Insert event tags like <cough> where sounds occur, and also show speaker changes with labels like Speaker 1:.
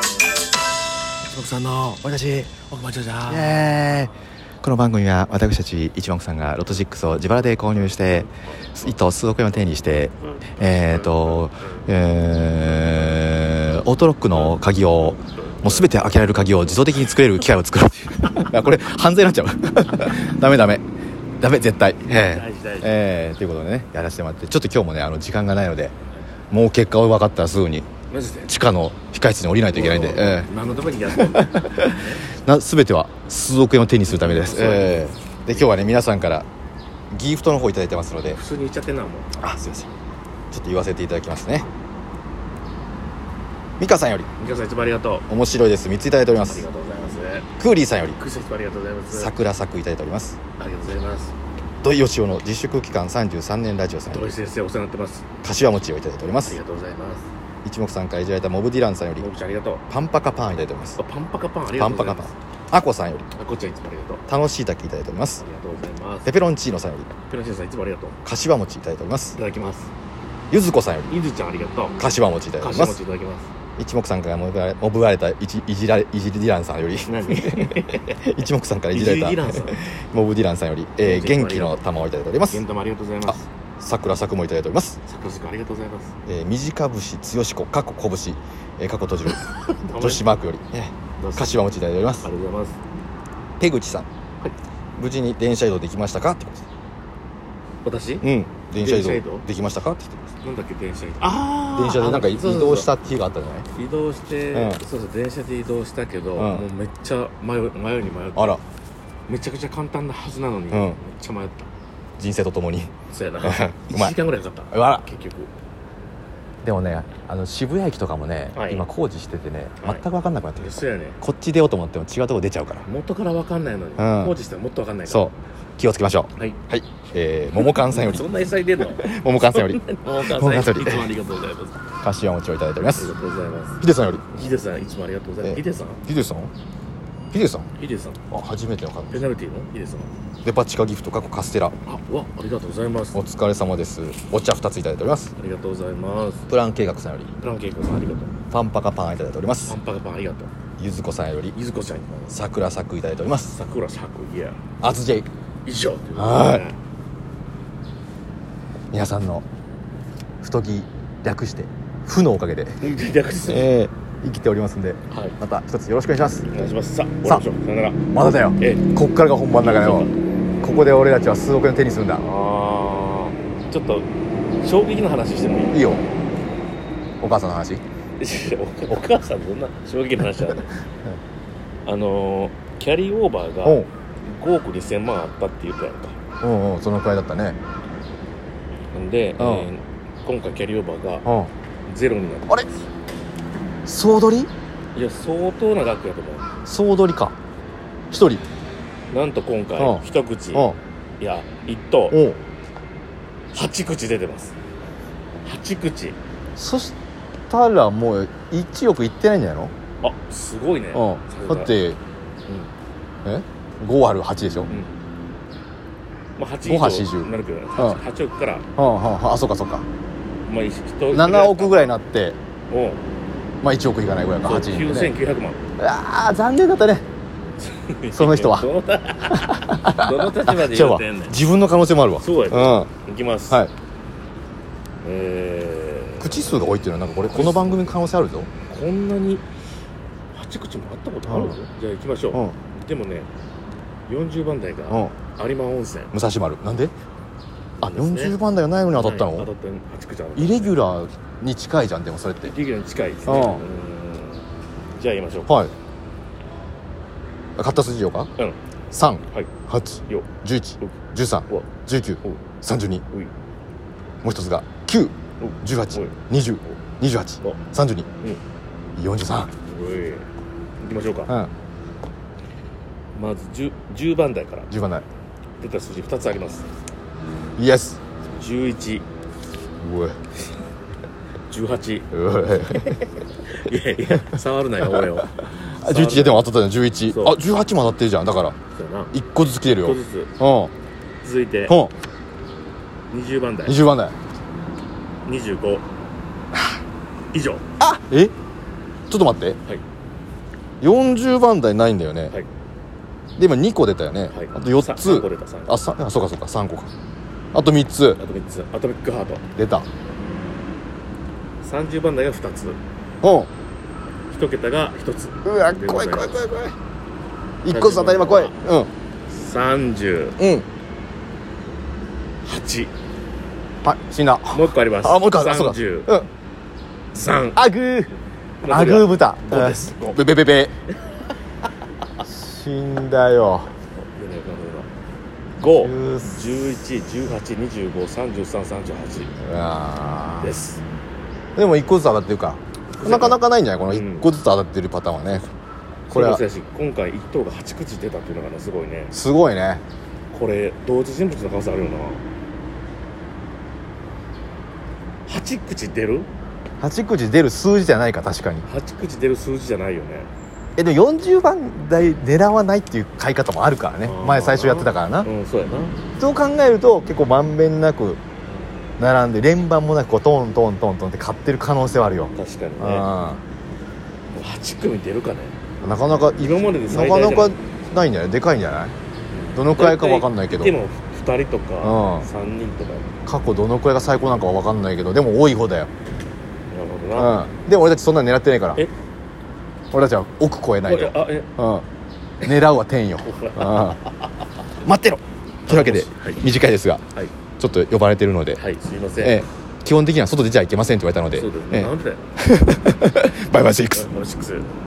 Speaker 1: 一目さんの
Speaker 2: 私、
Speaker 1: 奥間長者
Speaker 2: イエーイ
Speaker 3: この番組は私たち一目さんがロト6を自腹で購入して一頭数億円を手にしてえっ、と、えーオートロックの鍵をもう全て開けられる鍵を自動的に作れる機械を作ろうっていう <laughs> あこれ犯罪になっちゃう <laughs> ダメダメダメ絶対え
Speaker 1: 大事大
Speaker 3: ー
Speaker 1: 事
Speaker 3: えーということでねやらせてもらってちょっと今日もねあの時間がないのでもう結果を分かったらすぐに
Speaker 1: マジで
Speaker 3: 地下の控室に降りないといけないんで、え
Speaker 1: 今のところにやってる
Speaker 3: ー、な全ては数億円を手にするためです、えーで今日はね皆さんからギフトの方頂いただいてますので
Speaker 1: 普通に言っちゃってんなもう
Speaker 3: あすいませんちょっと言わせていただきますね美香さんより
Speaker 1: 皆さんいつもありがとう
Speaker 3: 面白いです3ついただいておりま
Speaker 1: あり
Speaker 3: す
Speaker 1: がとうございます
Speaker 3: クーリーさんより
Speaker 1: クスいつもありがとうございますあ
Speaker 3: 桜作いただいております
Speaker 1: りがとうございます
Speaker 3: 土井善雄の自粛期間33年ラジオさんよ
Speaker 1: 土井
Speaker 3: り
Speaker 1: 先生お世話になってます
Speaker 3: 柏餅をいただいておりま
Speaker 1: あり
Speaker 3: す
Speaker 1: がとうございます
Speaker 3: 一目散からいただいたモブディランさんより
Speaker 1: もぐちゃんありがとう
Speaker 3: パンパカパンいただいております
Speaker 1: あパンパカパンあり
Speaker 3: パ
Speaker 1: が
Speaker 3: ン
Speaker 1: とうご
Speaker 3: パカパ
Speaker 1: ざいま
Speaker 3: ン
Speaker 1: す
Speaker 3: あこさんより
Speaker 1: あこっちゃんいつもありがとう
Speaker 3: 楽しい滝いただいております
Speaker 1: ありがとうございます
Speaker 3: ペペロンチーノさんより
Speaker 1: ペロシンさんいつもありがとう
Speaker 3: 柏餅いただいておりま
Speaker 1: い
Speaker 3: す
Speaker 1: ただきます
Speaker 3: ゆずこさんより
Speaker 1: いずちゃんありがとう
Speaker 3: 柏餅いただいてお
Speaker 1: 菓
Speaker 3: りま
Speaker 1: 子持ち
Speaker 3: す
Speaker 1: いただきます
Speaker 3: 一目散からモブられモブられたいじいじられいじりディランさんよ
Speaker 1: <laughs>
Speaker 3: り
Speaker 1: 何
Speaker 3: 一目散からい
Speaker 1: イ
Speaker 3: じ
Speaker 1: ジ
Speaker 3: られ
Speaker 1: リー・ディ
Speaker 3: た
Speaker 1: ランさん
Speaker 3: モブディランさんより、えー元気の玉をいただいております
Speaker 1: 現玉ありがとうございます
Speaker 3: 桜作もいただいております、
Speaker 1: 桜塚ありがとうございます
Speaker 3: えー、短節剛子かっこ拳、えー、かっこ閉じ
Speaker 1: <laughs>
Speaker 3: る女子マークより、え
Speaker 1: どう
Speaker 3: ー、
Speaker 1: ぞ
Speaker 3: 柏餅いただいておりま
Speaker 1: あ
Speaker 3: す
Speaker 1: りがとうございます
Speaker 3: ペグチさん、
Speaker 1: はい
Speaker 3: 無事に電車移動できましたかってこと
Speaker 1: 私
Speaker 3: でうん電車移
Speaker 1: 電車移
Speaker 3: 動
Speaker 1: 動
Speaker 3: できましたかって言ってます
Speaker 1: なんだっけ電車移動あー
Speaker 3: 電車でなんか
Speaker 1: あ
Speaker 3: 移
Speaker 1: そうそうそう
Speaker 3: 動した日があったんじゃない
Speaker 1: 移動して、
Speaker 3: うん
Speaker 1: そうそう電車で移動したけど、
Speaker 3: うん
Speaker 1: もうめっちゃ迷う迷うに迷って
Speaker 3: あら
Speaker 1: めちゃくちゃ簡単なはずなのに、
Speaker 3: ん
Speaker 1: めっちゃ迷った
Speaker 3: 人生とともに
Speaker 1: そう <laughs> やな
Speaker 3: うまい
Speaker 1: 1時間ぐらいかかっ
Speaker 3: あら
Speaker 1: た結局
Speaker 3: でもねあの渋谷駅とかもね、
Speaker 1: はい
Speaker 3: 今工事しててね
Speaker 1: は
Speaker 3: 全
Speaker 1: い
Speaker 3: く分かんなくなってる、
Speaker 1: そうやね
Speaker 3: こっち出ようと思っても違うとこ出ちゃうから
Speaker 1: 元から分かんないのに、
Speaker 3: ん
Speaker 1: 工事したらもっと分かんないから
Speaker 3: そう気をつけましょ
Speaker 1: うはいう
Speaker 3: はいえー、桃缶さんより
Speaker 1: <laughs> そんな野菜
Speaker 3: <laughs>
Speaker 1: 出んの
Speaker 3: 桃缶さんより
Speaker 1: お
Speaker 3: もう
Speaker 1: 母
Speaker 3: 一
Speaker 1: さん
Speaker 3: 人
Speaker 1: いつもありがとうございますあ
Speaker 3: 柏餅をいただいておりま
Speaker 1: り
Speaker 3: す
Speaker 1: がとうございま
Speaker 3: ヒデさんより
Speaker 1: すヒデさんいつもありがとうございます
Speaker 3: え
Speaker 1: ヒデさん
Speaker 3: ヒデさんヒデさん
Speaker 1: ヒデさん
Speaker 3: あ初めての方
Speaker 1: ペナルティーのヒデさん
Speaker 3: デパ地下ギフト過去カステラ
Speaker 1: あわありがとうございます
Speaker 3: お
Speaker 1: あ
Speaker 3: 疲れ様ですお茶2ついただいております
Speaker 1: りがとうございます
Speaker 3: プラン計画さんより
Speaker 1: プランケイコさんありがとう
Speaker 3: パンパカパンいただいておりま
Speaker 1: パ
Speaker 3: す
Speaker 1: ンパカパンありがとう
Speaker 3: ゆずこさんより
Speaker 1: ゆずこちゃん
Speaker 3: 桜サクいただいております
Speaker 1: 桜咲くいや
Speaker 3: アズジェイ
Speaker 1: 以上ということで
Speaker 3: は皆さんの太着略して負のおかげで、
Speaker 1: 略す
Speaker 3: えー、生きておりますんで
Speaker 1: はい
Speaker 3: また一つよろしくお願いします
Speaker 1: お願いしますさあ終わりましょうさよなら
Speaker 3: まだだよ
Speaker 1: え
Speaker 3: こっからが本番だからよここで俺たちは数億円を手にするんだ
Speaker 1: あーちょっと衝撃の話してもいい
Speaker 3: いいよお母さんの話
Speaker 1: <laughs> おお母さんどんな衝撃の話 <laughs> だねあのーキャリーオーバーが
Speaker 3: おう
Speaker 1: 5億2000万あったって言ってたやんか
Speaker 3: うんうんそのくらいだったね
Speaker 1: なんで、え
Speaker 3: うん
Speaker 1: ー今回キャリーオーバーが
Speaker 3: うん
Speaker 1: ゼロになった
Speaker 3: あれ総取り
Speaker 1: いや相当な額やと思う
Speaker 3: 総取りか一人
Speaker 1: なんと今回
Speaker 3: うん
Speaker 1: 一口
Speaker 3: うん
Speaker 1: いや一等
Speaker 3: おう
Speaker 1: 8口出てます8口
Speaker 3: そしたらもう1億いってないんじゃない
Speaker 1: あすごいね
Speaker 3: の
Speaker 1: さ
Speaker 3: う
Speaker 1: す
Speaker 3: ん
Speaker 1: が
Speaker 3: だって
Speaker 1: うん
Speaker 3: え5割る8でしょ
Speaker 1: うんまあ、
Speaker 3: 5八
Speaker 1: 8以上
Speaker 3: 十
Speaker 1: になるけど、ね、
Speaker 3: うん
Speaker 1: 8, 億から、
Speaker 3: うんうんうんあそうかそうか
Speaker 1: まあ、一人
Speaker 3: 7億ぐ
Speaker 1: らい
Speaker 3: らいになって
Speaker 1: おう
Speaker 3: まあ1億いかないぐらいか
Speaker 1: そう
Speaker 3: 8人でね
Speaker 1: 9900万
Speaker 3: ああ残念だったね <laughs> その人は
Speaker 1: どの <laughs> どの立場で
Speaker 3: じゃ
Speaker 1: 言
Speaker 3: あ
Speaker 1: うてんねん
Speaker 3: 自分の可能性もあるわ
Speaker 1: そうや
Speaker 3: う
Speaker 1: で、
Speaker 3: ん
Speaker 1: いきます、
Speaker 3: はい
Speaker 1: えー、
Speaker 3: 口数が多いっていうのはなんかこれこの番組の可能性あるぞ
Speaker 1: こんなに8口もあったことある、
Speaker 3: うん
Speaker 1: じゃあ行きましょう、
Speaker 3: うんうん
Speaker 1: でもね40番台が有馬温泉
Speaker 3: 武蔵丸なんであ
Speaker 1: ですね
Speaker 3: 40番台がないのに当たった
Speaker 1: はい当
Speaker 3: の
Speaker 1: たった8口ある
Speaker 3: イレギュラーに近いじゃんでもそれって
Speaker 1: イレギュラーに近いですね
Speaker 3: うん
Speaker 1: うんじゃあ言いましょうか
Speaker 3: はい買った数字よか
Speaker 1: うん
Speaker 3: 3
Speaker 1: はい
Speaker 3: 8
Speaker 1: よ
Speaker 3: 11
Speaker 1: う
Speaker 3: 13
Speaker 1: うわ
Speaker 3: 19
Speaker 1: おう
Speaker 3: 32
Speaker 1: うい
Speaker 3: もう一つが9
Speaker 1: おう
Speaker 3: 1
Speaker 1: お
Speaker 3: 8
Speaker 1: い
Speaker 3: 2 0 2 8
Speaker 1: お
Speaker 3: 3 2
Speaker 1: うん
Speaker 3: 4 3
Speaker 1: おい行きましょう
Speaker 3: う
Speaker 1: か、
Speaker 3: ん
Speaker 1: まず 10, 10番台から
Speaker 3: 10番台
Speaker 1: 出た数字2つあります
Speaker 3: イエス
Speaker 1: 1118
Speaker 3: うえうえ
Speaker 1: <laughs> いやいや触る
Speaker 3: <laughs>
Speaker 1: なよ俺を
Speaker 3: あ11ででも当たったじゃん11
Speaker 1: そう
Speaker 3: あ18も当たってるじゃんだから
Speaker 1: そうやな
Speaker 3: 1個ずつ来てる
Speaker 1: 一
Speaker 3: よう
Speaker 1: 個
Speaker 3: ん
Speaker 1: ずつ
Speaker 3: う
Speaker 1: 続いて
Speaker 3: ん
Speaker 1: 20番台
Speaker 3: 20番台
Speaker 1: 25以上は
Speaker 3: あえちょっと待って
Speaker 1: い
Speaker 3: 40番台ないんだよね、
Speaker 1: はい
Speaker 3: で今2個出たよね、
Speaker 1: はい
Speaker 3: あと4
Speaker 1: さ
Speaker 3: つ
Speaker 1: あこれだ3
Speaker 3: あさあそうかそうか3個かあと3つ
Speaker 1: あと3つアトミックハート
Speaker 3: 出た
Speaker 1: 30番台が2つ
Speaker 3: うん
Speaker 1: 1桁が1つ
Speaker 3: うわ
Speaker 1: で
Speaker 3: 怖い
Speaker 1: ござ
Speaker 3: 怖い怖い
Speaker 1: います
Speaker 3: 怖い1個ずつ当たり前怖いうん
Speaker 1: 38
Speaker 3: うんはい死んだ
Speaker 1: もう1個あります
Speaker 3: あもう一回あそう
Speaker 1: 33
Speaker 3: かうんあぐー
Speaker 1: まあ
Speaker 3: あぐー豚
Speaker 1: それが5です
Speaker 3: べ
Speaker 1: 5
Speaker 3: べべ
Speaker 1: <laughs>
Speaker 3: べ死んだよ
Speaker 1: 5
Speaker 3: 10
Speaker 1: 1118253338
Speaker 3: うわー
Speaker 1: です
Speaker 3: でも1個ずつ当たってるかなかなかないんじゃないこの
Speaker 1: うん
Speaker 3: 1個ずつ当たってるパターンはねこ
Speaker 1: こ
Speaker 3: れ
Speaker 1: れ
Speaker 3: は
Speaker 1: は今回1等が8口出たっていうのがねすごいね
Speaker 3: すごいね
Speaker 1: これ同時人物の可能性あるよな8口出る
Speaker 3: 8口出る数字じゃないか確かに
Speaker 1: 8口出る数字じゃないよね
Speaker 3: えでも40番台狙わないっていう買い方もあるからね
Speaker 1: あー
Speaker 3: 前最初やってたからな
Speaker 1: うんそうやな
Speaker 3: そう考えると結構まんべんなく並んで連番もなくこうトントントントンって買ってる可能性はあるよ、
Speaker 1: 確かに
Speaker 3: う
Speaker 1: ね
Speaker 3: んな
Speaker 1: 8組出るかね
Speaker 3: かなか
Speaker 1: 今までで
Speaker 3: な
Speaker 1: 最
Speaker 3: か
Speaker 1: 大
Speaker 3: な
Speaker 1: じゃない
Speaker 3: かないんじゃないでかいんじゃないどのくらいかわかんないけど
Speaker 1: でも2人とか
Speaker 3: うん
Speaker 1: 3人とかや
Speaker 3: 過去どのくらいが最高なんかはわかんないけどでも多い方だよ、
Speaker 1: なるほどな
Speaker 3: うん、でも俺たちそんなの狙ってないから
Speaker 1: え
Speaker 3: 俺たちは億超えないと、
Speaker 1: あえ
Speaker 3: うん、狙うは天よ、うん、待ってろ <laughs> というわけで
Speaker 1: はい
Speaker 3: 短いですが
Speaker 1: はい
Speaker 3: ちょっと呼ばれてるので、
Speaker 1: はいすいません
Speaker 3: ええ基本的には外出ちゃいけませんって言われたので
Speaker 1: そうだ
Speaker 3: え
Speaker 1: よねなんでだよ
Speaker 3: えバイバイシックス
Speaker 1: 6